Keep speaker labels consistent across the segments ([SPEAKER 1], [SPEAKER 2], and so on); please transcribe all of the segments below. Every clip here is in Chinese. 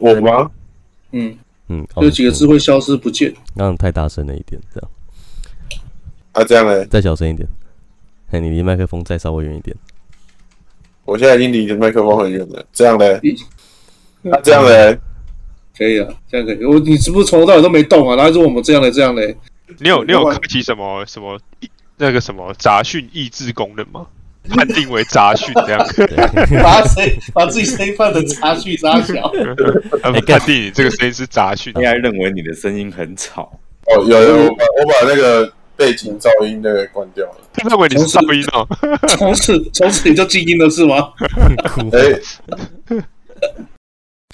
[SPEAKER 1] 我吗？
[SPEAKER 2] 嗯，
[SPEAKER 3] 嗯，哦
[SPEAKER 2] 有几个字会消失不见。
[SPEAKER 3] 刚刚太大声了一点，这样
[SPEAKER 1] 啊，这样嘞，
[SPEAKER 3] 再小声一点。哎，你离麦克风再稍微远一点。
[SPEAKER 1] 我现在已经离麦克风很远了。这样嘞，
[SPEAKER 2] 你
[SPEAKER 1] 啊，这样嘞，
[SPEAKER 2] 可以啊，这样可以。我你是不是从头到尾都没动啊？然后说我们这样的这样嘞，
[SPEAKER 4] 你有你有
[SPEAKER 2] 另外
[SPEAKER 4] 开启什么什么那个什么杂讯抑制功能吗？判定为杂讯这 样，
[SPEAKER 2] 把谁把自己谁犯的差距差小。
[SPEAKER 3] 哎
[SPEAKER 4] 他们判定你这个声音是杂讯。
[SPEAKER 5] 应该认为你的声音很吵，
[SPEAKER 1] 哦，有
[SPEAKER 2] 嗯
[SPEAKER 1] 有，我把我把那个背景噪音那个关掉了。
[SPEAKER 4] 他认为你是噪音哦，
[SPEAKER 2] 从此从此你就静音了是吗？
[SPEAKER 3] 哭
[SPEAKER 1] 哎、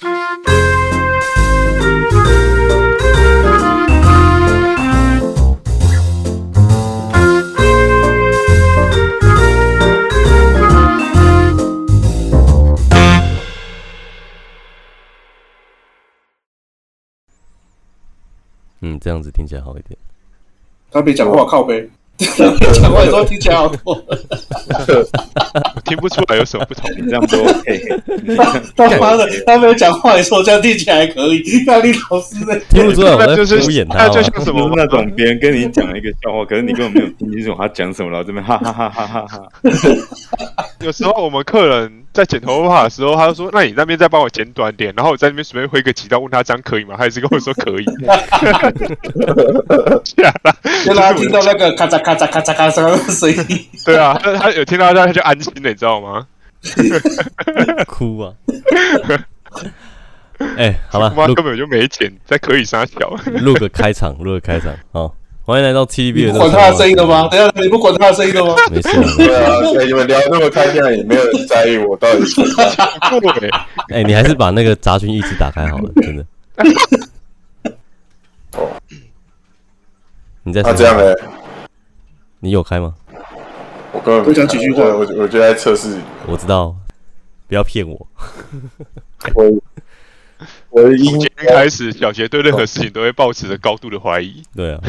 [SPEAKER 3] 嗯，这样子听起来好一点。
[SPEAKER 2] 他没讲话靠背，他没讲话的时候听起来好多。
[SPEAKER 4] 我听不出来有什么不同。
[SPEAKER 5] 你这样 不 OK。你这样
[SPEAKER 2] 他妈的，他没有讲话的时候这样听起来还可以。那你老师在
[SPEAKER 3] 听 不出来我
[SPEAKER 4] 那
[SPEAKER 3] 在
[SPEAKER 4] 就是
[SPEAKER 3] 敷衍他哦
[SPEAKER 4] 那
[SPEAKER 3] 吗？
[SPEAKER 4] 就像什
[SPEAKER 5] 就
[SPEAKER 4] 么
[SPEAKER 5] 是那种别人跟你讲一个笑话，可是你根本没有听清楚他讲什么，然后这边哈哈哈哈哈哈。
[SPEAKER 4] 有时候我们客人在剪头发的时候，他就说：“那你那边再帮我剪短点。”然后我在那边随便挥个几刀，问他这样可以吗？他也是跟我说可以。 吓啦
[SPEAKER 2] 就让他听到那个咔嚓咔嚓咔嚓咔嚓的声音。
[SPEAKER 4] 对啊，他他有听到他他就安心了，你知道吗？
[SPEAKER 3] 哭 啊！哎、好了
[SPEAKER 4] 他，妈
[SPEAKER 3] 录
[SPEAKER 4] 根本就没剪，在可以杀 小。
[SPEAKER 3] 录个开场，录个开场。好，欢迎来到
[SPEAKER 2] 你
[SPEAKER 3] TVB 的
[SPEAKER 2] 不
[SPEAKER 3] 乐
[SPEAKER 2] 管
[SPEAKER 3] 色
[SPEAKER 2] 他
[SPEAKER 3] 话
[SPEAKER 2] 的声音了吗？等一下你不管他的声音了吗？
[SPEAKER 3] 没事啊。没事
[SPEAKER 1] 对啊，哎、你们聊那么开，现在也没有人在意我到底 是谁。
[SPEAKER 4] 对，
[SPEAKER 3] 哎、你还是把那个杂讯一直打开好 了，真的。你在
[SPEAKER 1] 啊，这样嘞，
[SPEAKER 3] 你有开吗？
[SPEAKER 1] 我根本没
[SPEAKER 2] 多讲几句话
[SPEAKER 1] 我我我就在测试你们，
[SPEAKER 3] 我知道，不要骗我。
[SPEAKER 1] 我我的音
[SPEAKER 4] 从今天开始，小杰对任何事情都会抱持着高度的怀疑，
[SPEAKER 3] 对啊，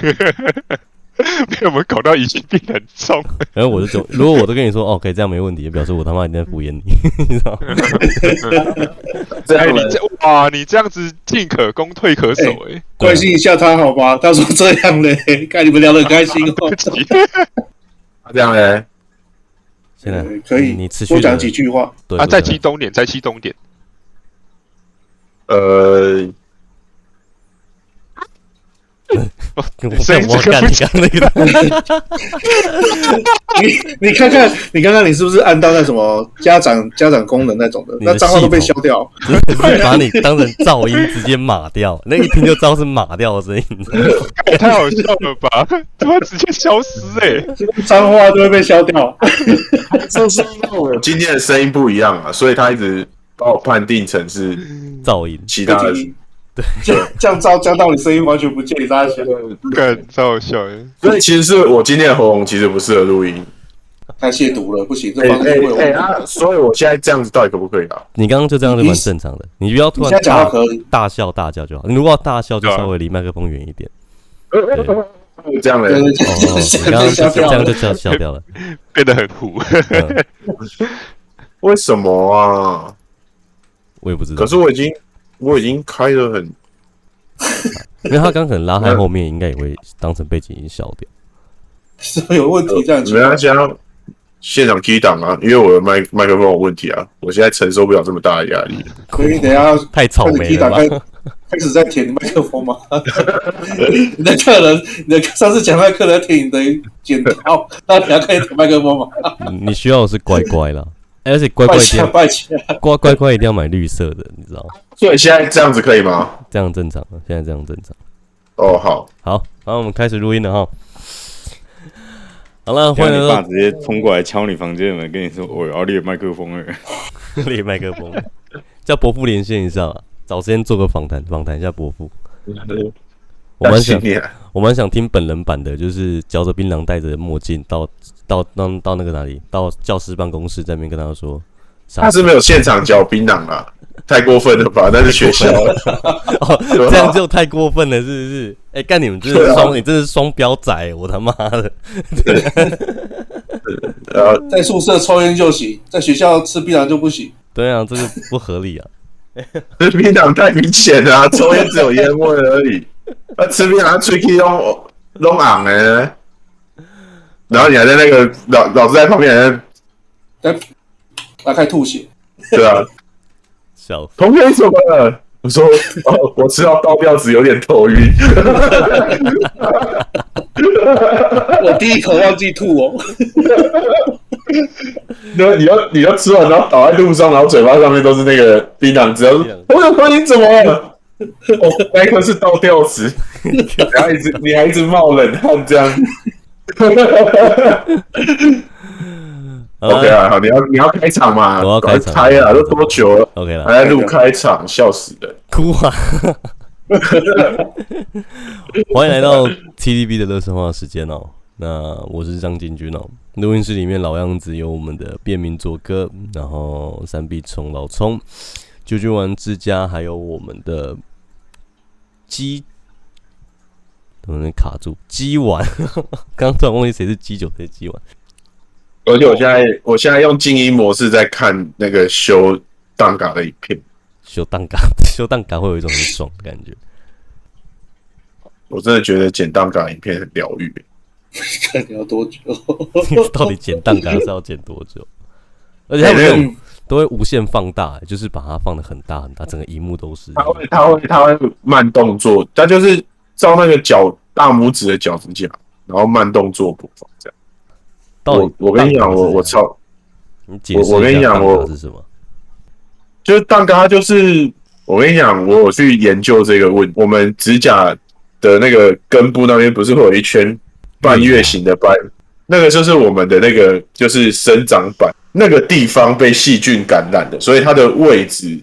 [SPEAKER 4] 被我们搞到疑心病很重。
[SPEAKER 3] 然后我就走，如果我都跟你说哦，可以这样没问题，表示我他妈一定在敷衍你， 你知道吗？
[SPEAKER 1] 这
[SPEAKER 3] 啊
[SPEAKER 4] 哎，
[SPEAKER 1] 样
[SPEAKER 4] 你
[SPEAKER 1] 嘞，
[SPEAKER 4] 这哇，你这样子进可攻退可守，哎，
[SPEAKER 2] 关心一下他好吧？他说这样嘞，看你们聊得很开心哦
[SPEAKER 4] 不。急。
[SPEAKER 1] 啊这样嘞，
[SPEAKER 3] 现在
[SPEAKER 2] 呃可以，
[SPEAKER 3] 你持续
[SPEAKER 2] 多
[SPEAKER 3] 地
[SPEAKER 2] 讲几句话。
[SPEAKER 3] 对
[SPEAKER 4] 啊，
[SPEAKER 3] 对
[SPEAKER 4] 再
[SPEAKER 3] 对
[SPEAKER 4] 激动点，再激动点。
[SPEAKER 1] 呃，
[SPEAKER 3] 我
[SPEAKER 4] 声音
[SPEAKER 3] 我
[SPEAKER 4] 这个
[SPEAKER 3] 干
[SPEAKER 4] 不
[SPEAKER 3] 你刚那个，
[SPEAKER 2] 你你看看，你看看你是不是按到那什么家长家长功能那种的？
[SPEAKER 3] 你的
[SPEAKER 2] 那账号都被
[SPEAKER 3] 系
[SPEAKER 2] 消
[SPEAKER 3] 统
[SPEAKER 2] 掉。
[SPEAKER 3] 只是把你当成噪音直接码掉，那一听就知道是码掉的声音。你知道吗
[SPEAKER 4] 也哎太好笑了吧！ 他妈直接消失哎、
[SPEAKER 2] 脏话都会被消掉。
[SPEAKER 1] 就是因为我今天的声音不一样啊，所以他一直把我判定成是
[SPEAKER 3] 噪音，
[SPEAKER 1] 其他 的。
[SPEAKER 2] 降降噪降到你声音完全不见，你大家觉得
[SPEAKER 4] 干超好笑哎、
[SPEAKER 1] 所以其实是我今天的喉咙其实不适合录音。
[SPEAKER 2] 太亵渎了，不行，这
[SPEAKER 1] 哎
[SPEAKER 2] 方式会有
[SPEAKER 1] 哎哎
[SPEAKER 2] 问题。
[SPEAKER 1] 啊！所以我现在这样子到底可不可以啊？
[SPEAKER 3] 你刚刚就这样就蛮正常的，你不要突
[SPEAKER 2] 你现
[SPEAKER 3] 然
[SPEAKER 2] 在讲话
[SPEAKER 3] 大
[SPEAKER 2] 可以，
[SPEAKER 3] 大笑大叫就好。你如果要大笑，就
[SPEAKER 4] 对啊
[SPEAKER 3] 稍微离麦克风远一点。
[SPEAKER 1] 这样嘞
[SPEAKER 2] 对，对
[SPEAKER 3] 哦，
[SPEAKER 2] 对，
[SPEAKER 3] 你
[SPEAKER 2] 现
[SPEAKER 3] 刚刚
[SPEAKER 2] 在消掉了
[SPEAKER 3] 就这样就。笑笑掉了。
[SPEAKER 4] 变得很糊。
[SPEAKER 3] 嗯，
[SPEAKER 1] 为什么啊？
[SPEAKER 3] 我也不知道
[SPEAKER 1] 可。是我已经我已经开的很
[SPEAKER 3] 因为他刚可能拉开后面，应该也会当成背景音消掉。
[SPEAKER 2] 是不是有问题？这样子
[SPEAKER 1] 没，关系啊，现场 key 档啊，因为我的麦麦克风有问题啊，我现在承受不了这么大的压力。
[SPEAKER 2] 所以等一下
[SPEAKER 3] 太草
[SPEAKER 2] 开始
[SPEAKER 3] 莓
[SPEAKER 2] 踢
[SPEAKER 3] 了
[SPEAKER 2] 打开
[SPEAKER 3] 吧？，
[SPEAKER 2] 开始在舔麦克风吗？ 你的客人，你的上次讲那客人舔你的剪刀，那你要开始舔麦克风吗？
[SPEAKER 3] 你需要的是乖 乖啦，而且乖乖
[SPEAKER 2] 拜
[SPEAKER 3] 一定
[SPEAKER 2] 下
[SPEAKER 3] 要
[SPEAKER 2] 拜下，
[SPEAKER 3] 乖乖乖一定要买绿色的，你知道吗？
[SPEAKER 1] 所以现在这样子可以吗？
[SPEAKER 3] 这样正常了，现在这样正常。
[SPEAKER 1] 哦，好，
[SPEAKER 3] 好，然后我们开始录音了哈。好了，
[SPEAKER 5] 然
[SPEAKER 3] 欢
[SPEAKER 5] 后
[SPEAKER 3] 迎
[SPEAKER 5] 你爸
[SPEAKER 3] 来
[SPEAKER 5] 直接冲过来敲你房间的门，跟你说：“我要列麦克风
[SPEAKER 4] 啊
[SPEAKER 5] 了。
[SPEAKER 3] 到连麦克 风，叫伯父连线一下吧，找时间做个访谈，访谈一下伯父。
[SPEAKER 1] 嗯
[SPEAKER 3] 我
[SPEAKER 1] 那
[SPEAKER 3] 蛮
[SPEAKER 1] 新
[SPEAKER 3] 想，
[SPEAKER 1] 年
[SPEAKER 3] 我蛮想听本人版的，就是嚼着槟榔，戴着墨镜，到到到到那个哪里，到教师办公室这边跟他 说，傻
[SPEAKER 1] 他是没有现场嚼槟榔啊，太过分了吧？那是学校，啊
[SPEAKER 3] 哦，
[SPEAKER 1] 对啊
[SPEAKER 3] 这样就太过分了，是不是？哎、干你们真的是双，你真的是双标仔，我他妈的！
[SPEAKER 1] 呃，
[SPEAKER 2] 在宿舍抽烟就行，在学校吃槟榔就不行。
[SPEAKER 3] 对啊，这个不合理啊。
[SPEAKER 1] 吃槟榔太明显了、啊，抽烟只有烟味而已。他吃槟榔，吹气都都昂哎，然后你还在那个老老师在旁边还在，
[SPEAKER 2] 但打开吐血，
[SPEAKER 1] 对啊，
[SPEAKER 3] 笑死，
[SPEAKER 1] 同学你怎么了？我说哦，我吃到爆掉子有点头晕。
[SPEAKER 2] 我第一口忘记吐哦，
[SPEAKER 1] 那你要你要吃完，然后倒在路上，然后嘴巴上面都是那个槟榔汁，然后
[SPEAKER 3] 槟榔
[SPEAKER 1] 说：“我想说你怎么了？”哦，那一颗是倒吊 石，然后一直你还一直冒冷汗这样。
[SPEAKER 3] 好啦
[SPEAKER 1] OK 啊，好，你要你要开场嘛？
[SPEAKER 3] 嗯我要开场
[SPEAKER 1] 赶快开啊！都多久了？
[SPEAKER 3] ，OK
[SPEAKER 1] 还
[SPEAKER 3] 了，
[SPEAKER 1] 在录开场，笑死人！
[SPEAKER 3] 哭啊！ 欢迎来到 TDB 的乐色化时间哦。那我是张进军哦，录音室里面老样子有我们的便民卓哥，然后三 B 虫老葱，啾啾玩之家，还有我们的鸡，怎么能卡住鸡丸？ 刚突然忘记谁是鸡酒，谁是鸡丸。
[SPEAKER 1] 而且我现在我现在用静音模式在看那个修蛋嘎的影片，
[SPEAKER 3] 修蛋嘎，修蛋嘎会有一种很爽的感觉。
[SPEAKER 1] 我真的觉得剪蛋嘎影片很疗愈。
[SPEAKER 2] 看你要多久？
[SPEAKER 3] 到 底剪蛋糕是要剪多久？而且他们
[SPEAKER 1] 哎
[SPEAKER 3] 都
[SPEAKER 1] 那
[SPEAKER 3] 有都会无限放大，欸就是把它放的很大很大，整个荧幕都是。
[SPEAKER 1] 他会他会他会慢动作，他就是照那个脚大拇指的脚趾甲，然后慢动作播放这样。
[SPEAKER 3] 到底
[SPEAKER 1] 我我跟你讲，
[SPEAKER 3] 蛋糕是
[SPEAKER 1] 我我
[SPEAKER 3] 怎样，
[SPEAKER 1] 操，
[SPEAKER 3] 你解释一下
[SPEAKER 1] 我我跟你讲
[SPEAKER 3] 蛋糕
[SPEAKER 1] 我
[SPEAKER 3] 是什么？
[SPEAKER 1] 就是蛋糕它就是我跟你讲，我有去研究这个问，我们指甲的那个根部那边不是会有一圈半月形的斑，那个就是我们的那个就是生长板那个地方被细菌感染的，所以它的位置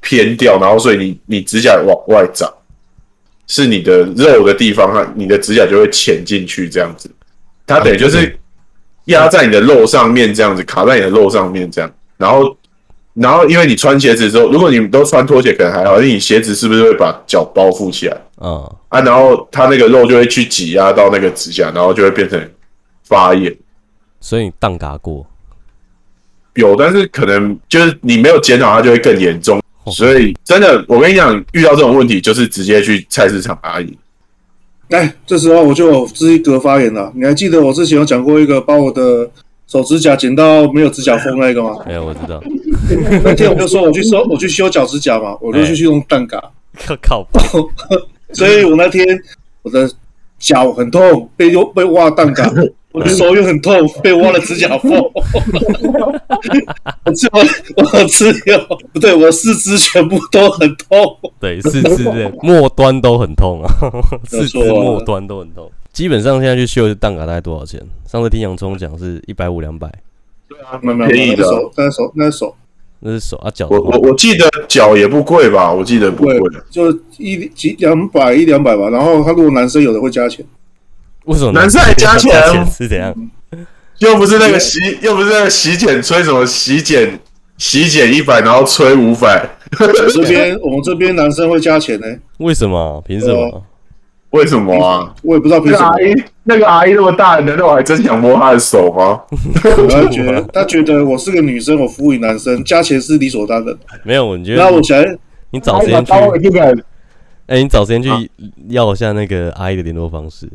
[SPEAKER 1] 偏掉，然后所以你你指甲往外长，是你的肉的地方，它你的指甲就会潜进去这样子，它等于就是压在你的肉上面这样子，卡在你的肉上面这样，然后。然后，因为你穿鞋子之后，如果你都穿拖鞋可能还好，因为你鞋子是不是会把脚包覆起来？
[SPEAKER 3] 嗯，
[SPEAKER 1] 啊，然后它那个肉就会去挤压到那个指甲，然后就会变成发炎。
[SPEAKER 3] 所以你蛋嘎过，
[SPEAKER 1] 有，但是可能就是你没有减少，它就会更严重。
[SPEAKER 3] 哦
[SPEAKER 1] 所以真的，我跟你讲，遇到这种问题就是直接去菜市场阿姨。
[SPEAKER 2] 哎，这时候我就有资格发言了。你还记得我之前有讲过一个把我的手指甲剪到没有指甲缝那个 吗？
[SPEAKER 3] 哎、我知道，
[SPEAKER 2] 那天我就说我去收，我去修脚趾甲嘛，我
[SPEAKER 3] 哎
[SPEAKER 2] 就去用蛋嘎。
[SPEAKER 3] 靠靠，
[SPEAKER 2] 所以我那天我的脚很痛，被又被挖蛋嘎，我的手又很痛，被挖了指甲缝。 我只有我只有不对，我四肢全部都很痛。
[SPEAKER 3] 对，四肢的末端都很痛啊， 四肢
[SPEAKER 2] 没错啊
[SPEAKER 3] 末端都很痛。基本上现在去修蛋嘎大概多少钱？上次听洋葱讲是一百五两百，
[SPEAKER 2] 没有没有，
[SPEAKER 1] 便宜的
[SPEAKER 2] 那手那手那手
[SPEAKER 3] 那是手啊脚的
[SPEAKER 1] 我
[SPEAKER 3] 话。
[SPEAKER 1] 我我记得脚也不贵吧？我记得不
[SPEAKER 2] 对
[SPEAKER 1] 贵。，
[SPEAKER 2] 就一几两百一两百吧。然后他如果男生有的会加钱，
[SPEAKER 3] 为什么
[SPEAKER 1] 男生还加啊钱
[SPEAKER 3] 是怎样？
[SPEAKER 1] 又不是那个洗，又不是那个洗剪吹什么洗剪，洗剪一百，然后吹五百，
[SPEAKER 2] 我这边我们这边男生会加钱呢、
[SPEAKER 3] 为什么？啊凭什
[SPEAKER 2] 对
[SPEAKER 1] 啊
[SPEAKER 3] 么？
[SPEAKER 1] 为什么啊？
[SPEAKER 2] 我也不知道凭
[SPEAKER 1] 那
[SPEAKER 2] 什
[SPEAKER 1] 个
[SPEAKER 2] 么
[SPEAKER 1] 阿。姨，那个阿姨那么大，难道我还真想摸她的手吗？
[SPEAKER 2] 他觉得他觉得我是个女生，我服务于男生，加钱是理所当然的。
[SPEAKER 3] 没有，我觉
[SPEAKER 2] 然后
[SPEAKER 3] 得
[SPEAKER 2] 我想，
[SPEAKER 3] 你找时间去
[SPEAKER 1] 她把刀给我
[SPEAKER 3] 哎、你找时间去要一下那个阿姨的联络方式，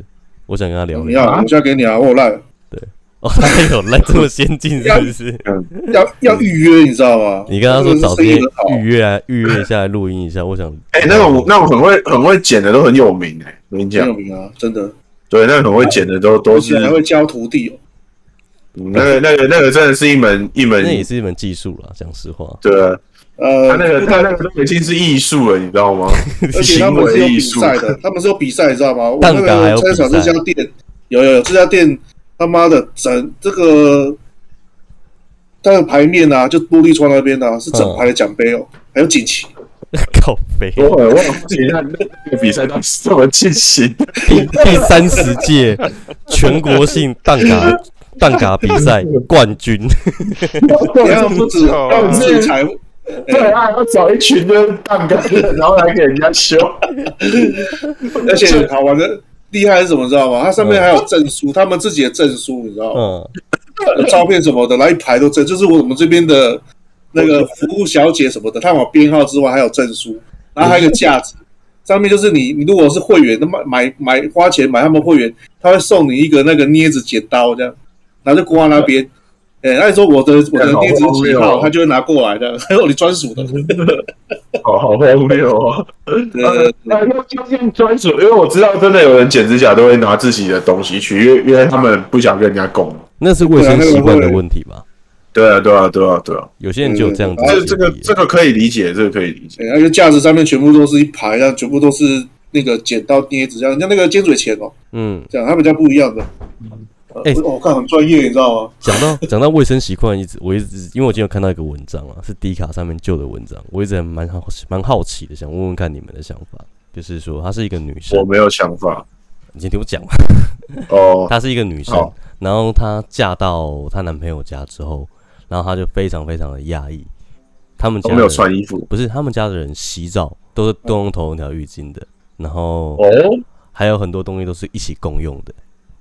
[SPEAKER 3] 我想跟她聊
[SPEAKER 2] 你
[SPEAKER 3] 聊。
[SPEAKER 2] 要我现在给你啊，我有赖。
[SPEAKER 3] 哦，她有来这么先进是不是？
[SPEAKER 2] 要要预约，你知道吗？
[SPEAKER 3] 你跟她说找时
[SPEAKER 2] 这个是生
[SPEAKER 3] 间
[SPEAKER 2] 意很好
[SPEAKER 3] 预约啊，预约一下来录音一下，我想。
[SPEAKER 1] 哎、那种那种很会很会剪的都很有名哎、我跟你
[SPEAKER 2] 很有
[SPEAKER 1] 讲，
[SPEAKER 2] 名啊，真
[SPEAKER 1] 嗯
[SPEAKER 2] 的，
[SPEAKER 1] 对，那哦个很会剪的都都
[SPEAKER 2] 而
[SPEAKER 1] 是
[SPEAKER 2] 且还会教徒弟哦。
[SPEAKER 1] 嗯那个那个那个真的是一门一门
[SPEAKER 3] 那也是一门技术啦，讲实话，
[SPEAKER 1] 对啊，
[SPEAKER 2] 呃
[SPEAKER 1] 他，那个他那个都已经是艺术了，你知道吗？
[SPEAKER 2] 而且他们是有比赛的，他们是有比赛，你知道吗？我那
[SPEAKER 3] 蛋挞还有
[SPEAKER 2] 个
[SPEAKER 3] 比
[SPEAKER 2] 菜
[SPEAKER 3] 赛
[SPEAKER 2] 市场这家店，有有有这家店，他妈的整这个它的牌面啊，就玻璃窗那边啊，是
[SPEAKER 3] 嗯
[SPEAKER 2] 整排的奖杯哦，还有锦旗。
[SPEAKER 3] 靠背。
[SPEAKER 1] 我很忘记那那个比赛到底是怎么进行 的。
[SPEAKER 3] 第 第三十届全国性蛋嘎蛋嘎比赛冠军，
[SPEAKER 2] 你看不止
[SPEAKER 4] 哦
[SPEAKER 2] 不止财
[SPEAKER 1] 啊对啊，要找一群就是蛋糕的，然后来给人家修。
[SPEAKER 2] 而且好玩的厉害是什么，你知道吗？它上面还有证书，他们自己的证书，你知道吗？
[SPEAKER 3] 嗯，
[SPEAKER 2] 照片什么的，然后一排都证，就是我们这边的那个服务小姐什么的，它有编号之外还有证书，然后还有一个架子，上面就是你你如果是会员，那么买买花钱买他们会员，他会送你一个那个镊子剪刀这样，然后就挂那边。哎，那你说我的我的
[SPEAKER 1] 干好
[SPEAKER 2] 镊子
[SPEAKER 1] 荒
[SPEAKER 2] 几
[SPEAKER 1] 谬
[SPEAKER 2] 号，
[SPEAKER 1] 哦
[SPEAKER 2] 他就会拿过来的，还有你专属的。
[SPEAKER 1] 好好荒谬哦。啊
[SPEAKER 2] 呃，
[SPEAKER 1] 那那就是用专属，因为我知道真的有人剪指甲都会拿自己的东西去，因为因为他们不想跟人家共。
[SPEAKER 3] 那是卫生习惯的问题吧？
[SPEAKER 1] 对啊，对啊，对啊，对啊，
[SPEAKER 3] 有些人就有这样子的
[SPEAKER 1] 这
[SPEAKER 3] 经历。
[SPEAKER 1] 这啊个这个可以理解，这个可以理解。
[SPEAKER 2] 哎那个架子上面全部都是一排，然后全部都是那个剪刀、镊子，像人家那个尖嘴钳哦，
[SPEAKER 3] 嗯，
[SPEAKER 2] 这样他们家不一样的。
[SPEAKER 3] 哎
[SPEAKER 2] 我我看很专业，你知道吗？
[SPEAKER 3] 讲到 讲到卫生习惯，一直我一直因为我今天有看到一个文章啊，是迪卡上面旧的文章，我一直还蛮好奇蛮好奇的，想问问看你们的想法。就是说，她是一个女生
[SPEAKER 1] 我，哦没有想法
[SPEAKER 3] 你先听我讲嘛。
[SPEAKER 1] 哦，
[SPEAKER 3] 她是一个女生
[SPEAKER 1] 好，
[SPEAKER 3] 然后她嫁到她男朋友家之后，然后她就非常非常的压抑。他们
[SPEAKER 1] 都
[SPEAKER 3] 家
[SPEAKER 1] 没有
[SPEAKER 3] 的
[SPEAKER 1] 穿衣服
[SPEAKER 3] 不是他们家的人洗澡都是都用同一条浴巾的，然后
[SPEAKER 1] 哦，
[SPEAKER 3] 还有很多东西都是一起共用的。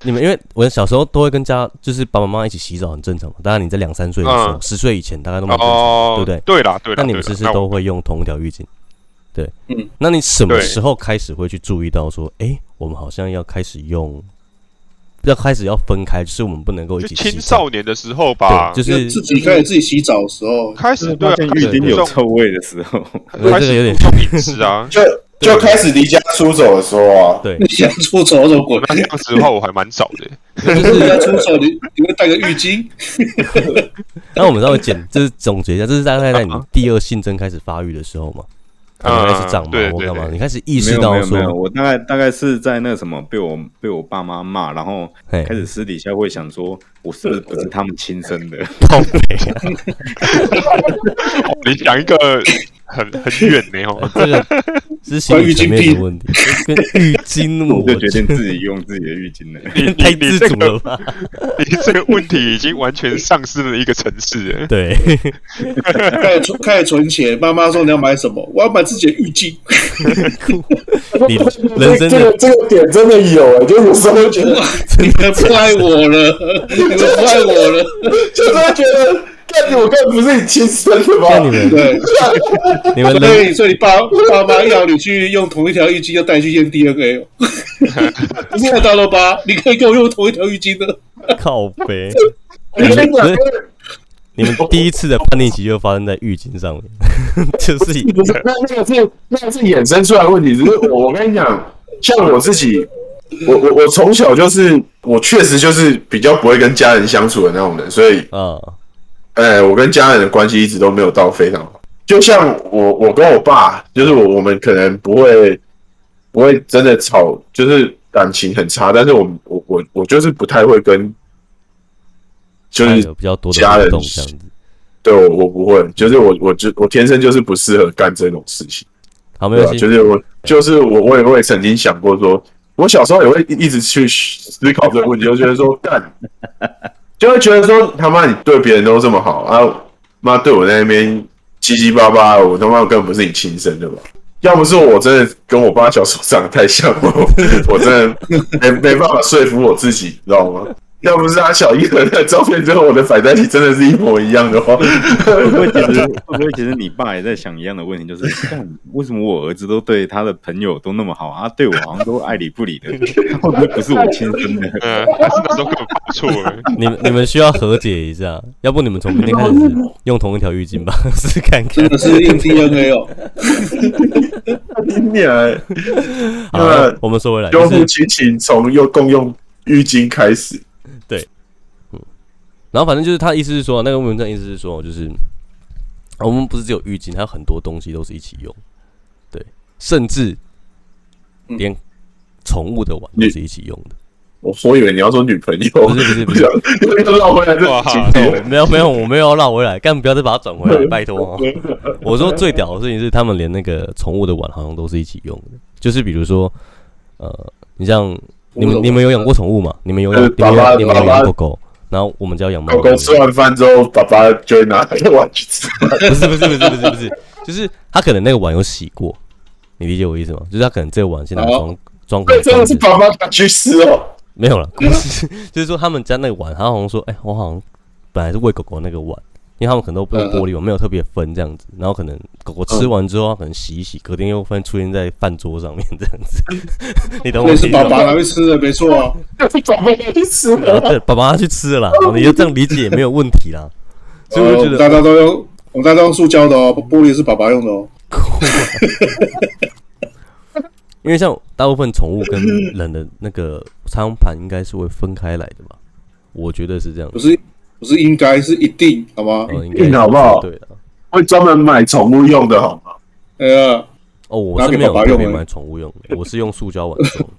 [SPEAKER 3] 你们因为我小时候都会跟家就是爸爸妈妈一起洗澡，很正常嘛。当然你在两三岁的时候，
[SPEAKER 4] 嗯
[SPEAKER 3] 十岁以前大概都蛮正常，
[SPEAKER 4] 哦，
[SPEAKER 3] 对不对？
[SPEAKER 4] 对啦，对啦，
[SPEAKER 3] 那你们是
[SPEAKER 4] 对
[SPEAKER 3] 不是
[SPEAKER 4] 啦那我
[SPEAKER 3] 都会用同一条浴巾？对，
[SPEAKER 2] 嗯。
[SPEAKER 3] 那你什么
[SPEAKER 4] 对
[SPEAKER 3] 时候开始会去注意到说，哎、我们好像要开始用，要开始要分开，就是我们不能够一
[SPEAKER 4] 就
[SPEAKER 3] 起洗
[SPEAKER 4] 青
[SPEAKER 3] 澡，
[SPEAKER 4] 少年的时候吧
[SPEAKER 3] 对，，就
[SPEAKER 2] 就是自己开始自己洗澡的时候，
[SPEAKER 4] 开始对啊，
[SPEAKER 5] 现
[SPEAKER 4] 开
[SPEAKER 5] 浴
[SPEAKER 4] 始
[SPEAKER 5] 巾有
[SPEAKER 4] 注
[SPEAKER 5] 臭味的时候，
[SPEAKER 4] 重，开
[SPEAKER 3] 这个有
[SPEAKER 4] 始
[SPEAKER 3] 点
[SPEAKER 4] 注重饮 食啊。
[SPEAKER 1] 就就开始离家出走的时候啊，
[SPEAKER 3] 对
[SPEAKER 2] 你，想出走什么鬼？
[SPEAKER 4] 那这样子的话，我还蛮早的。
[SPEAKER 2] 就是要出手，你你会带个浴巾，
[SPEAKER 3] 那我们稍微简， 就是总结一下，这是大概在你第二性征开始发育的时候嘛，可能开始长
[SPEAKER 4] 嗯
[SPEAKER 3] 毛
[SPEAKER 4] 对
[SPEAKER 3] 或
[SPEAKER 4] 对
[SPEAKER 3] 干嘛，
[SPEAKER 4] 对
[SPEAKER 3] 你开始 意
[SPEAKER 5] 没
[SPEAKER 3] 识
[SPEAKER 5] 有
[SPEAKER 3] 到
[SPEAKER 5] 没有没有，
[SPEAKER 3] 说，
[SPEAKER 5] 我大概大概是在那什么被我被我爸妈骂，然后
[SPEAKER 3] 嘿
[SPEAKER 5] 开始私底下会想说，我是不是不是他们亲生的？
[SPEAKER 3] 靠北啊
[SPEAKER 4] 哦你讲一个很很远呢哦，
[SPEAKER 3] 这 个是心理层面的问题，跟浴 巾
[SPEAKER 5] 我
[SPEAKER 3] 我
[SPEAKER 5] 就决定自己用自己的浴巾了。
[SPEAKER 4] 你你
[SPEAKER 3] 太
[SPEAKER 4] 你
[SPEAKER 3] 自
[SPEAKER 4] 这
[SPEAKER 3] 主
[SPEAKER 4] 个
[SPEAKER 3] 了吧？
[SPEAKER 4] 你这个问题已经完全丧失了一个层 次了。
[SPEAKER 3] 对，
[SPEAKER 2] 开始存开始存钱。妈妈说你要买什么？我要买自己的浴巾。
[SPEAKER 3] 你人生
[SPEAKER 1] 这
[SPEAKER 3] 的
[SPEAKER 1] 个这个点真的有哎、就有时候觉得，
[SPEAKER 2] 你们不爱我了，你们不爱我了。
[SPEAKER 1] 就是会觉得，干你我根本不是你亲生的吧？
[SPEAKER 3] 那你们
[SPEAKER 2] 对，
[SPEAKER 3] 你们
[SPEAKER 2] 所
[SPEAKER 3] 人
[SPEAKER 2] 以所以你爸爸妈要你去用同一条浴巾，要带你去验 DNA 哦。你看到了吧？你可以跟我用同一条浴巾的。
[SPEAKER 3] 靠背，
[SPEAKER 1] 我跟你讲，
[SPEAKER 3] 你们第一次的叛逆期就发生在浴巾上面， 就是
[SPEAKER 1] 不是，那那个是那个是衍生出来的问题。只是我我跟你讲，像我自己，我我我从小就是，我确实就是比较不会跟家人相处的那种人，所以，
[SPEAKER 3] 啊，
[SPEAKER 1] 呃，我跟家人的关系一直都没有到非常好。就像我我跟我爸，就是我我们可能不会不会真的吵，就是感情很差，但是我们我我我就是不太会跟，就
[SPEAKER 3] 还
[SPEAKER 1] 是
[SPEAKER 3] 有比较多的
[SPEAKER 1] 家
[SPEAKER 3] 活
[SPEAKER 1] 人
[SPEAKER 3] 动这样子。
[SPEAKER 1] 对我我不会，就是我我就我天生就是不适合干这种事情。
[SPEAKER 3] 好，没
[SPEAKER 1] 对
[SPEAKER 3] 关
[SPEAKER 1] 啊，
[SPEAKER 3] 系
[SPEAKER 1] 就，是我，就是我，我也我也曾经想过说，我小时候也会一直去思考这个问题，就觉得说，干，就会觉得说，他妈你对别人都这么好啊，妈对我在那边七七八八，我他妈根本不是你亲生的吧？要不是我真的跟我爸小时候长得太像，我我真的没没办法说服我自己，你知道吗？要不是他小一的那照片，最后我的摆在一起真的是一模一样的 话，
[SPEAKER 5] 会不会其实 会不会其实你爸也在想一样的问题，就是干为什么我儿子都对他的朋友都那么好啊，对我好像都爱理不理的，会不会不是我亲生的？
[SPEAKER 4] 嗯，还是那时候根本搞错了。
[SPEAKER 3] 你们你们需要和解一下，要不你们从明天开始用同一条浴巾吧， 试试看看
[SPEAKER 2] 真。的是验 DNA 哦。
[SPEAKER 1] 你娘欸！
[SPEAKER 3] 好，那我们说回来，就
[SPEAKER 1] 用
[SPEAKER 3] 是
[SPEAKER 1] 户亲情从用共用浴巾开始。
[SPEAKER 3] 然后反正就是他的意思是说，那个文章意思是说，就是我们不是只有浴巾，还有很多东西都是一起用，对，甚至
[SPEAKER 2] 嗯
[SPEAKER 3] 连宠物的碗都是一起用的。
[SPEAKER 1] 我我以为你要说女朋友，
[SPEAKER 3] 不是不是不是，
[SPEAKER 1] 又又绕回来这个情节。
[SPEAKER 3] 没有没有，我没有要绕回来，干不要再把它转回来，
[SPEAKER 1] 嗯
[SPEAKER 3] 拜托、啊 我说最屌的事情是，他们连那个宠物的碗好像都是一起用的，就是比如说，呃，你像你们你们有养过宠物吗？你们有养
[SPEAKER 1] 呃
[SPEAKER 3] 你们有
[SPEAKER 1] 爸爸
[SPEAKER 3] 养你们有
[SPEAKER 1] 爸
[SPEAKER 3] 养
[SPEAKER 1] 爸
[SPEAKER 3] 狗狗？然后我们家有养猫
[SPEAKER 1] 狗狗吃完饭之后，爸爸就会拿那个碗去吃。
[SPEAKER 3] 不是不是不是不是不是，就是他可能那个碗有洗过，你理解我意思吗？就是他可能这个碗现在装装
[SPEAKER 1] 哦对，真
[SPEAKER 3] 潢装
[SPEAKER 1] 的是
[SPEAKER 3] 置
[SPEAKER 1] 爸爸拿去吃哦。
[SPEAKER 3] 没有了，故事就是说他们家那个碗，他好像说，哎、我好像本来是喂狗狗那个碗，因为他们可能都
[SPEAKER 1] 嗯
[SPEAKER 3] 不用玻璃碗，没有特别分这样子。然后可能狗狗吃完之后，它可能洗一洗，隔天又分出现在饭桌上面这样 子。你懂我
[SPEAKER 2] 那
[SPEAKER 3] 意思
[SPEAKER 2] 是
[SPEAKER 3] 吗
[SPEAKER 2] 爸？爸拿去吃的，没错啊。
[SPEAKER 1] 准备去吃哦
[SPEAKER 3] 然后
[SPEAKER 1] 了。
[SPEAKER 3] 对，爸爸他去吃了啦，然后你就这样理解也没有问题啦。所以
[SPEAKER 2] 呃
[SPEAKER 3] 我
[SPEAKER 2] 我
[SPEAKER 1] 哦
[SPEAKER 3] 就觉
[SPEAKER 2] 们
[SPEAKER 3] 得
[SPEAKER 2] 大家都用，我们大家都用塑胶的哦，玻璃是爸爸用的哦。
[SPEAKER 3] 因为像大部分宠物跟人的那个餐盘应该是会分开来的吧？我觉得是这样
[SPEAKER 2] 不。是不是应该是一定好吗？
[SPEAKER 3] 呃，应该
[SPEAKER 1] 硬好不好
[SPEAKER 3] 对的。
[SPEAKER 1] 会专门买宠物用的好吗？
[SPEAKER 2] 哎呀，
[SPEAKER 3] 哦，我是没有特别买宠物用的，我是用塑胶碗装。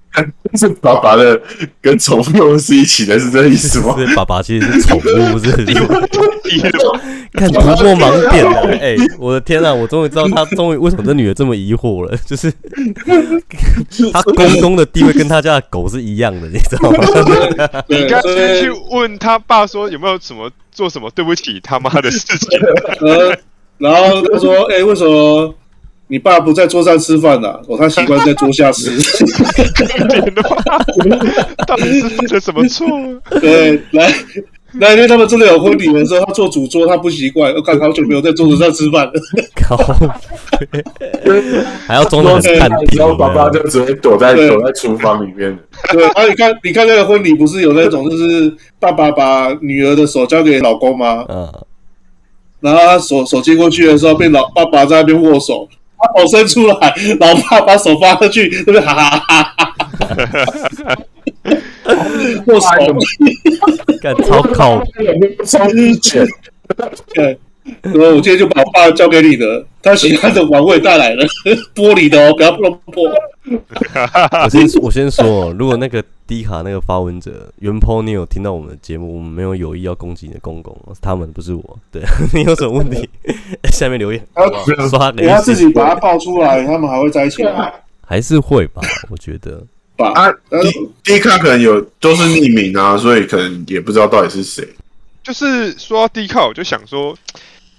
[SPEAKER 1] 是爸爸的跟宠物用是一起的，是这意思吗？
[SPEAKER 3] 是爸爸其实是宠物，是不是？
[SPEAKER 4] 了，
[SPEAKER 3] 看突破盲点了，哎、我的天啊！我终于知道他终于为什么这女的这么疑惑了，就是她公公的地位跟他家的狗是一样的，你知道吗？
[SPEAKER 2] 对，啊
[SPEAKER 4] 你刚
[SPEAKER 2] 所
[SPEAKER 4] 才
[SPEAKER 2] 以
[SPEAKER 4] 去问他爸说有没有什么做什么对不起他妈的事情，
[SPEAKER 2] 呃，然后他说：“哎、为什么你爸不在桌上吃饭呢、哦，他习惯在桌下吃。
[SPEAKER 4] 点的话，到底是犯了什么错？
[SPEAKER 2] 对，来，那一天他们真的有婚礼的时候，他做主桌，他不习惯，我看好久没有在桌子上吃饭了。
[SPEAKER 3] 靠， 还要装的很淡 定。
[SPEAKER 1] 然后爸爸就
[SPEAKER 3] 有没有
[SPEAKER 1] 只会躲在
[SPEAKER 2] 对
[SPEAKER 1] 躲在厨房里面的。
[SPEAKER 2] 对，啊，你看，你看那个婚礼不是有那种，就是爸爸把女儿的手交给老公吗？
[SPEAKER 3] 嗯，
[SPEAKER 2] 然后他手手接过去的时候，被老爸爸在那边握手，他手伸出来，老爸把手发过去，那边哈哈哈哈哈哈， 握手。”
[SPEAKER 3] 干超靠，
[SPEAKER 1] 超一卷，
[SPEAKER 2] 对，然后呃我今天就把我爸交给你的，他喜欢的碗我也带来了， 玻璃的哦，不要弄破。
[SPEAKER 3] 我先我先说，哦如果那个低卡那个发文者袁鹏，你有听到我们的节目，我们没有有意要攻击你的公公，是他们不是我。对啊 你有什么问题，下面留言
[SPEAKER 2] 他
[SPEAKER 3] 好不好刷
[SPEAKER 2] 等
[SPEAKER 3] 给
[SPEAKER 2] 他自己把它爆出来，他们还会在一起吗？
[SPEAKER 3] 还是会吧，我觉得。
[SPEAKER 2] 吧？
[SPEAKER 1] 啊
[SPEAKER 2] 但是
[SPEAKER 1] 第第一看可能有都是匿名啊，所以可能也不知道到底是谁。
[SPEAKER 4] 就是说到低靠，我就想说，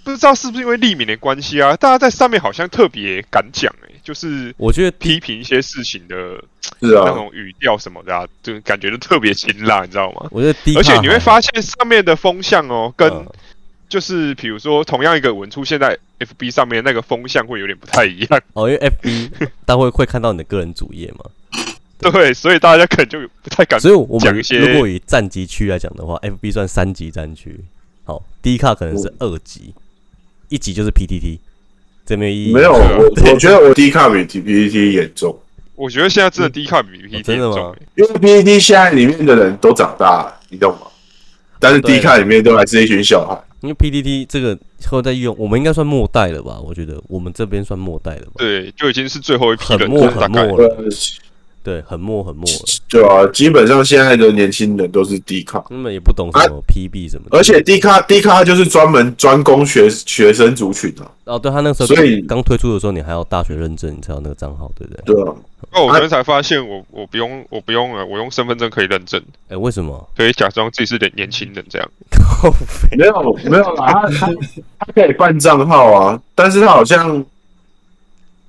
[SPEAKER 4] 不知道是不是因为匿名的关系啊，大家在上面好像特别敢讲哎、就是
[SPEAKER 3] 我觉得
[SPEAKER 4] 批评一些事情的
[SPEAKER 1] 是
[SPEAKER 4] 那
[SPEAKER 1] 啊，
[SPEAKER 4] 种语调什么的、啊，就感觉就特别辛辣，你知道吗？
[SPEAKER 3] 我觉得低卡，
[SPEAKER 4] 而且你会发现上面的风向哦，跟
[SPEAKER 3] 嗯
[SPEAKER 4] 就是比如说同样一个文出现在 FB 上面那个风向会有点不太一样，
[SPEAKER 3] 哦，因为 FB 大会会看到你的个人主页嘛，
[SPEAKER 4] 对，所以大家可能就不太敢。
[SPEAKER 3] 所以我们
[SPEAKER 4] 啊讲一些
[SPEAKER 3] 如果以战级区来讲的话，FB 算三级战区，好，低卡可能
[SPEAKER 2] 嗯
[SPEAKER 3] 是二级，一级就是 PTT，这没有意义，
[SPEAKER 1] 没有，
[SPEAKER 4] 对啊
[SPEAKER 1] 我我觉得我第一看比 T P T 严重，
[SPEAKER 4] 我觉得现在真的低看比 PPT
[SPEAKER 3] 嗯真的吗
[SPEAKER 4] 严重欸
[SPEAKER 1] 因为 P P E T 现在里面的人都长大了，你懂吗？但是
[SPEAKER 3] 对啊
[SPEAKER 1] 第一看里面都还是一群小孩。
[SPEAKER 3] 因为 PTT 这个后在用，我们应该算末代了吧？我觉得我们这边算末代了吧，
[SPEAKER 4] 对，就已经是最后一批
[SPEAKER 3] 很
[SPEAKER 4] 人
[SPEAKER 3] 末
[SPEAKER 4] 了，大
[SPEAKER 3] 很
[SPEAKER 4] 概
[SPEAKER 3] 末了，
[SPEAKER 1] 呃，
[SPEAKER 3] 对，很末很末了，
[SPEAKER 1] 对啊，基本上现在的年轻人都是 D 卡，
[SPEAKER 3] 根本也不懂什么 PB 什么的，
[SPEAKER 1] 啊而且 D 卡 D 卡就是专门专攻学学生族群啊，
[SPEAKER 3] 哦，对他那个时候
[SPEAKER 1] 所以
[SPEAKER 3] 刚推出的时候，你还要大学认证，你才有那个账号，对不对？
[SPEAKER 1] 对啊，
[SPEAKER 4] 哦，我昨天才发现我，我不用我不用了，呃我用身份证可以认证，
[SPEAKER 3] 哎，为什么？
[SPEAKER 4] 可以假装自己是年年轻人这样。
[SPEAKER 3] 靠北
[SPEAKER 1] 没有没有啦，他他他可以办账号啊，但是他好像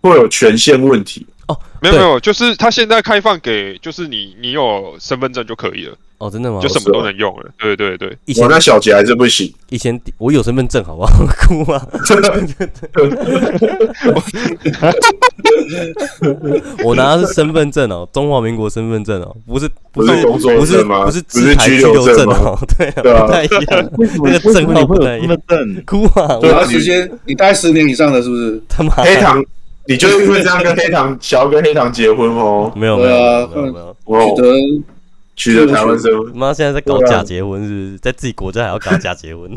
[SPEAKER 1] 会有权限问题。
[SPEAKER 4] 没有
[SPEAKER 3] 对
[SPEAKER 4] 没有，就是他现在开放给，就是你你有身份证就可以了，
[SPEAKER 3] 哦，真的吗？
[SPEAKER 4] 就什
[SPEAKER 1] 是
[SPEAKER 4] 么
[SPEAKER 1] 哦
[SPEAKER 4] 都能用了。对对对，
[SPEAKER 3] 以前
[SPEAKER 1] 我那小杰还是不 行，
[SPEAKER 3] 以前我有身份证，好不好？ 哭啊！我拿的是身份证哦，中华民国身份证哦，不是
[SPEAKER 1] 不
[SPEAKER 3] 是
[SPEAKER 1] 是工作
[SPEAKER 3] 不是
[SPEAKER 1] 证吗？
[SPEAKER 3] 不是
[SPEAKER 1] 不是
[SPEAKER 3] 台
[SPEAKER 1] 拘
[SPEAKER 3] 留
[SPEAKER 1] 留
[SPEAKER 3] 证
[SPEAKER 1] 吗？
[SPEAKER 3] 哦， 对啊，
[SPEAKER 1] 对啊
[SPEAKER 3] 不太一样，
[SPEAKER 5] 为什么
[SPEAKER 3] 那个证
[SPEAKER 5] 为什么
[SPEAKER 3] 号
[SPEAKER 5] 会
[SPEAKER 3] 不
[SPEAKER 5] 有
[SPEAKER 3] 太一
[SPEAKER 5] 身
[SPEAKER 3] 样
[SPEAKER 5] 份。证？
[SPEAKER 3] 哭啊！
[SPEAKER 2] 主
[SPEAKER 1] 对
[SPEAKER 3] 我
[SPEAKER 2] 要时间你待十年以上的是不是？
[SPEAKER 3] 他 妈
[SPEAKER 1] 黑糖，你就是因为这样 跟黑糖想要跟黑糖结婚哦，
[SPEAKER 3] 没有没
[SPEAKER 2] 对
[SPEAKER 3] 有
[SPEAKER 2] 啊
[SPEAKER 3] 没有没有，
[SPEAKER 1] 我
[SPEAKER 2] 取得
[SPEAKER 1] 取得台湾身份，
[SPEAKER 3] 妈现在在搞
[SPEAKER 1] 对啊
[SPEAKER 3] 假结婚是不是？在自己国家还要搞假结婚？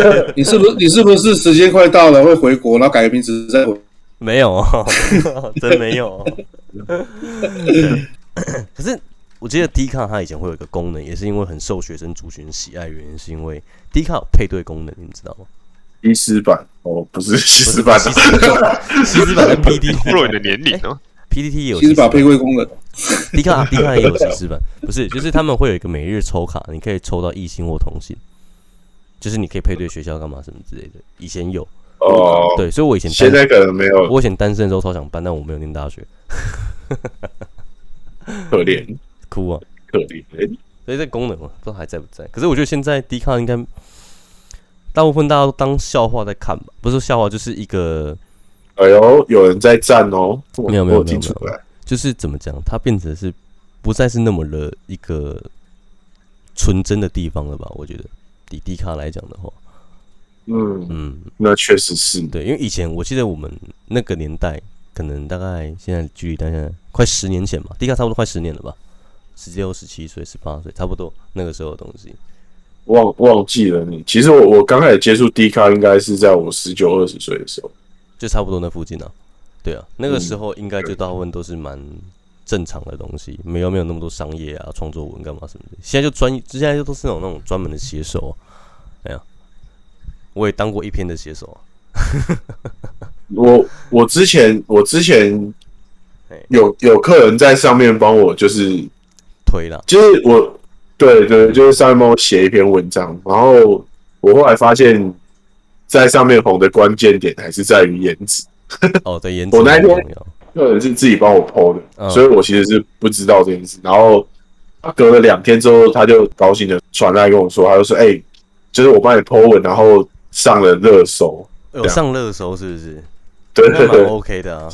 [SPEAKER 2] 你是不是你是不是时间快到了会回国，然后改个名字再回？
[SPEAKER 3] 没有哦， 真没有、哦。 可是我记得 D 卡它以前会有一个功能，也是因为很受学生族群喜爱，原因是因为 D 卡有配对功能，你们知道吗？
[SPEAKER 1] 西施版哦，不是西
[SPEAKER 3] 不
[SPEAKER 1] 施
[SPEAKER 3] 是
[SPEAKER 1] 版
[SPEAKER 3] 西斯版，西斯 版的 PDT
[SPEAKER 4] 暴露你的年龄哦。
[SPEAKER 3] PDT 也有
[SPEAKER 2] 其
[SPEAKER 3] 西
[SPEAKER 2] 实
[SPEAKER 3] 斯
[SPEAKER 2] 把
[SPEAKER 3] 版
[SPEAKER 2] 配位功能，
[SPEAKER 3] ，D 卡 D 卡也有西斯版，不是，就是他们会有一个每日抽卡，你可以抽到异性或同性，就是你可以配对学校干嘛什么之类的。以前有，
[SPEAKER 1] 哦，
[SPEAKER 3] 对，所以我以前
[SPEAKER 1] 现
[SPEAKER 3] 单
[SPEAKER 1] 在可能没有，
[SPEAKER 3] 我以前单身的时候超想办，但我没有念大学，
[SPEAKER 1] 可怜
[SPEAKER 3] 哭啊！
[SPEAKER 1] 可怜。
[SPEAKER 3] 所以这功能啊，不知道还在不在。可是我觉得现在 D 卡应该大部分大家都当笑话在看吧，不是笑话就是一个，
[SPEAKER 1] 哎呦，有人在站哦，我
[SPEAKER 3] 没有没有
[SPEAKER 1] 我听出
[SPEAKER 3] 没有没有
[SPEAKER 1] 来，
[SPEAKER 3] 就是怎么讲，它变成是不再是那么的一个纯真的地方了吧？我觉得以迪卡来讲的话，
[SPEAKER 1] 嗯，
[SPEAKER 3] 嗯，
[SPEAKER 1] 那确实是，
[SPEAKER 3] 对，因为以前我记得我们那个年代，可能大概现在距离大概快十年前吧，迪卡差不多快十年了吧，十六、十七岁、十八岁，差不多那个时候的东西。
[SPEAKER 1] 忘忘记了你。其实我我刚开始接触 D 咖应该是在我十九二十岁的时候，
[SPEAKER 3] 就差不多那附近啊。对啊，那
[SPEAKER 1] 嗯
[SPEAKER 3] 个时候应该就大部分都是蛮正常的东西，没有没有那么多商业啊、创作文干嘛什么的。现在就专，现在就都是那种那种专门的写手、啊。哎呀、我也当过一篇的写手、啊。
[SPEAKER 1] 我我之前我之前
[SPEAKER 3] 哎
[SPEAKER 1] 有有客人在上面帮我，就是
[SPEAKER 3] 推啦，
[SPEAKER 1] 就是我对对，就是上面帮我写一篇文章，然后我后来发现，在上面红的关键点还是在于颜值，
[SPEAKER 3] 哦，对，颜值
[SPEAKER 1] 我那
[SPEAKER 3] 很
[SPEAKER 1] 天啊
[SPEAKER 3] 重要。
[SPEAKER 1] 客人是自己帮我 PO 的，
[SPEAKER 3] 嗯
[SPEAKER 1] 所以我其实是不知道这件事。然后他隔了两天之后，他就高兴的传来跟我说，他就说：“哎、就是我帮你 PO 文，然后上了热搜。
[SPEAKER 3] 有哎上热搜是不是？”
[SPEAKER 1] 对
[SPEAKER 3] 那
[SPEAKER 1] 对
[SPEAKER 3] 蛮
[SPEAKER 1] 对，
[SPEAKER 3] OK 的啊。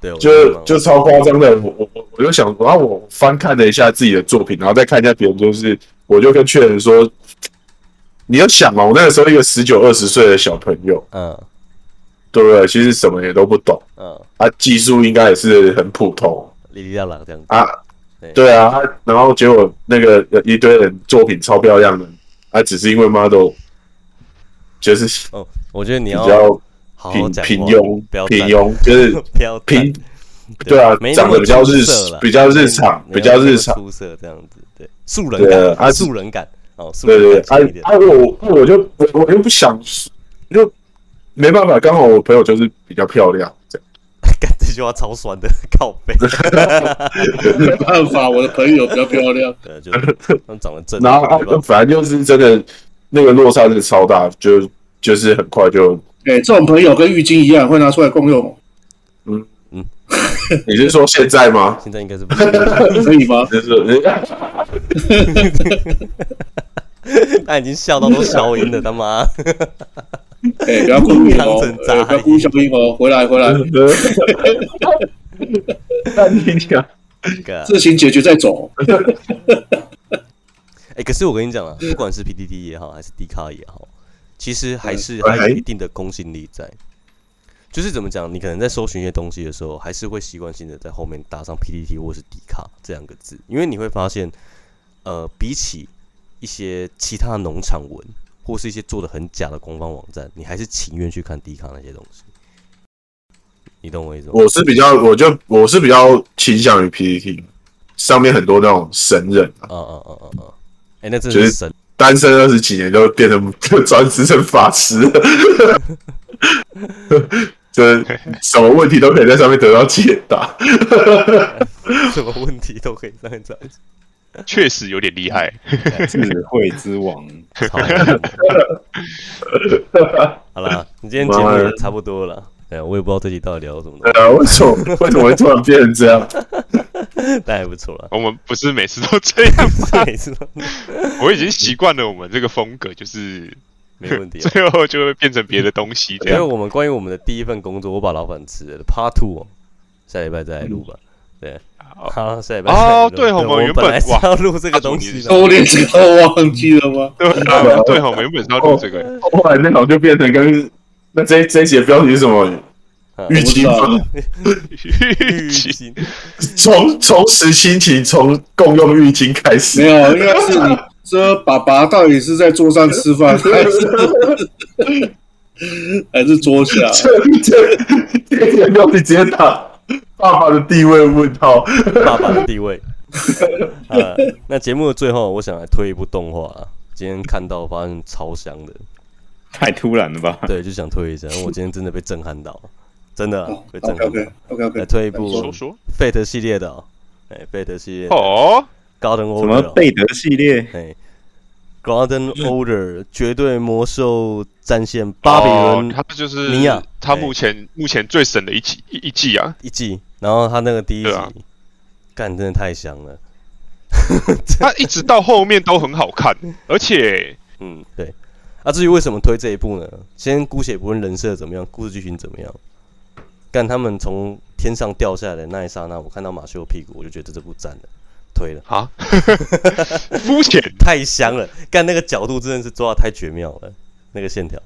[SPEAKER 3] 对，啊我觉得
[SPEAKER 1] 就
[SPEAKER 3] 蛮
[SPEAKER 1] 就超夸张的。我我我我就想，然后我翻看了一下自己的作品，然后再看一下别人，就是我就跟确人说，你要想嘛，我那个时候一个十九二十岁的小朋友，
[SPEAKER 3] 嗯
[SPEAKER 1] 对不对？其实什么也都不懂，
[SPEAKER 3] 嗯，
[SPEAKER 1] 啊，技术应该也是很普通
[SPEAKER 3] 哩哩啦啦这样子。
[SPEAKER 1] 啊
[SPEAKER 3] 对，
[SPEAKER 1] 对啊，啊然后结果那个有一堆人作品超漂亮的，啊，只是因为 model 就是
[SPEAKER 3] 哦，我觉得你
[SPEAKER 1] 比
[SPEAKER 3] 要
[SPEAKER 1] 较
[SPEAKER 3] 好好
[SPEAKER 1] 平
[SPEAKER 3] 讲话
[SPEAKER 1] 平庸
[SPEAKER 3] 不要，
[SPEAKER 1] 平
[SPEAKER 3] 赞，
[SPEAKER 1] 庸就是
[SPEAKER 3] 不要赞
[SPEAKER 1] 平对啊
[SPEAKER 3] 没那
[SPEAKER 1] 长
[SPEAKER 3] 么
[SPEAKER 1] 得比较日
[SPEAKER 3] 出色啦
[SPEAKER 1] 比较日常
[SPEAKER 3] 没有
[SPEAKER 1] 比较
[SPEAKER 3] 没有那么
[SPEAKER 1] 日常
[SPEAKER 3] 出色这样子，对，素人
[SPEAKER 1] 对
[SPEAKER 3] 感，
[SPEAKER 1] 啊
[SPEAKER 3] 素人感，哦，素
[SPEAKER 1] 对对
[SPEAKER 3] 人
[SPEAKER 1] 对，
[SPEAKER 3] 感强一点
[SPEAKER 1] 啊，啊我我就我我又不想，就没办法，刚好我朋友就是比较漂亮，这样
[SPEAKER 3] 干这句话超酸的， 靠 背，
[SPEAKER 2] 没办法，我的朋友比较漂亮，
[SPEAKER 3] 对，啊就是他们长得正，
[SPEAKER 1] 然后
[SPEAKER 3] 对吧
[SPEAKER 1] 啊，反正就是真的那个落差是超大，就就是很快就，
[SPEAKER 2] 哎、这种朋友跟浴巾一样会拿出来共用，
[SPEAKER 1] 你是说现在吗？
[SPEAKER 3] 现在应该是不行，
[SPEAKER 2] 可以吗？
[SPEAKER 1] 就是
[SPEAKER 3] 他已经笑到都消音了，他妈，
[SPEAKER 2] 哎、不要故意哦
[SPEAKER 3] 当成，
[SPEAKER 2] 哎
[SPEAKER 3] 渣
[SPEAKER 2] 不要故意消音哦，回来回来，
[SPEAKER 1] 嗯但你讲，
[SPEAKER 3] 干
[SPEAKER 2] 事情解决再走。
[SPEAKER 3] 哎，可是我跟你讲啊，不管是 PDD 也好，还是 D 卡也好，其实还
[SPEAKER 1] 嗯
[SPEAKER 3] 是
[SPEAKER 1] 啊
[SPEAKER 3] 还
[SPEAKER 1] 哎
[SPEAKER 3] 有一定的公信力在。就是怎么讲，你可能在搜寻一些东西的时候，还是会习惯性的在后面打上 PDT 或是 D 卡这两个字，因为你会发现，呃，比起一些其他的农场文或是一些做的很假的官方网站，你还是情愿去看 D 卡那些东西。你懂我意思吗？
[SPEAKER 1] 我是比较，我就我是比较倾向于 PPT 上面很多那种神人啊，
[SPEAKER 3] 啊啊啊啊啊！哎、那真
[SPEAKER 1] 就是是
[SPEAKER 3] 神，
[SPEAKER 1] 单身二十几年就变成 就转职成法师了，这什么问题都可以在上面得到解答。
[SPEAKER 3] 什么问题都可以上这样子。
[SPEAKER 4] 确实有点 厉害。
[SPEAKER 5] 智慧之王，
[SPEAKER 3] 操 好啦，你今天节目也差不多了。哎，我也不知道这集到底聊 什么东
[SPEAKER 1] 呃，为什么为什么会突然变成这样？
[SPEAKER 3] 西，但还不错啦。
[SPEAKER 4] 我们不是每次都这样吗？
[SPEAKER 3] 每次都
[SPEAKER 4] 我已经习惯了我们这个风格，就是
[SPEAKER 3] 没问题啊。
[SPEAKER 4] 最后就会变成别的东西这
[SPEAKER 3] 因为
[SPEAKER 4] 样。
[SPEAKER 3] 我们关于我们的第一份工作，我把老板辞了，Part Two，哦下礼拜再来录吧。对，好，下礼拜再来
[SPEAKER 4] 嗯哦
[SPEAKER 3] 录
[SPEAKER 4] 对哦我们
[SPEAKER 3] 我
[SPEAKER 4] 原
[SPEAKER 3] 本
[SPEAKER 4] 本
[SPEAKER 3] 来是
[SPEAKER 4] 哇
[SPEAKER 3] 要录这个东西的，
[SPEAKER 2] 收敛之后忘记了吗？
[SPEAKER 4] 对啊，对哈，我们原本是要录这
[SPEAKER 3] 哦
[SPEAKER 4] 个，
[SPEAKER 1] 后来内容就变成跟那这这一节标题是什么？预期
[SPEAKER 2] 嗯我不知
[SPEAKER 3] 预
[SPEAKER 4] 预期
[SPEAKER 3] 期
[SPEAKER 1] 从从拾心情，从共用浴巾开始
[SPEAKER 2] 没。有，应该是你说爸爸到底是在桌上吃饭，还是 还是桌下？
[SPEAKER 1] 这这这节标题直接打爸爸的地位问号。
[SPEAKER 3] 爸爸的地位。 呃，那节目的最后，我想来推一部动画啊，今天看到发现超香的，
[SPEAKER 5] 太突然了 吧？
[SPEAKER 3] 对，就想推一下。我今天真的被震撼到了，真的啊、被震
[SPEAKER 2] OK
[SPEAKER 3] 撼
[SPEAKER 2] OK
[SPEAKER 3] 到。
[SPEAKER 2] OK
[SPEAKER 3] 来
[SPEAKER 2] OK，
[SPEAKER 3] 推一部
[SPEAKER 4] 说说
[SPEAKER 3] Fate 系列的、哦，哎，Fate 系列的
[SPEAKER 4] 哦，
[SPEAKER 3] Garden
[SPEAKER 5] 什么
[SPEAKER 3] Order，哦
[SPEAKER 5] 贝德系列？
[SPEAKER 3] 哎，Garden
[SPEAKER 4] 嗯
[SPEAKER 3] Order 绝对魔兽战
[SPEAKER 4] 哦
[SPEAKER 3] 线巴比伦
[SPEAKER 4] 他就是
[SPEAKER 3] 尼亚
[SPEAKER 4] 他
[SPEAKER 3] 哎
[SPEAKER 4] 目前目前最神的一季一一季 啊，
[SPEAKER 3] 一季，然后他那个第一
[SPEAKER 4] 对
[SPEAKER 3] 集
[SPEAKER 4] 啊，
[SPEAKER 3] 干真的太香了，
[SPEAKER 4] 他一直到后面都很好看，而且
[SPEAKER 3] 嗯，对，啊，至于为什么推这一部呢？先姑且不论人设怎么样，故事剧情怎么样，但他们从天上掉下来的那一刹那，我看到马修的屁股，我就觉得这部赞了，推了，
[SPEAKER 4] 啊， 肤浅，
[SPEAKER 3] 太香了！干那个角度真的是抓的太绝妙了，那个线条，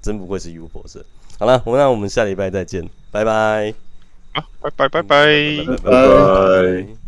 [SPEAKER 3] 真不愧是 U 博士。好了，那嗯我们下礼拜再见，拜拜。
[SPEAKER 4] 啊拜拜拜拜。
[SPEAKER 1] 拜拜。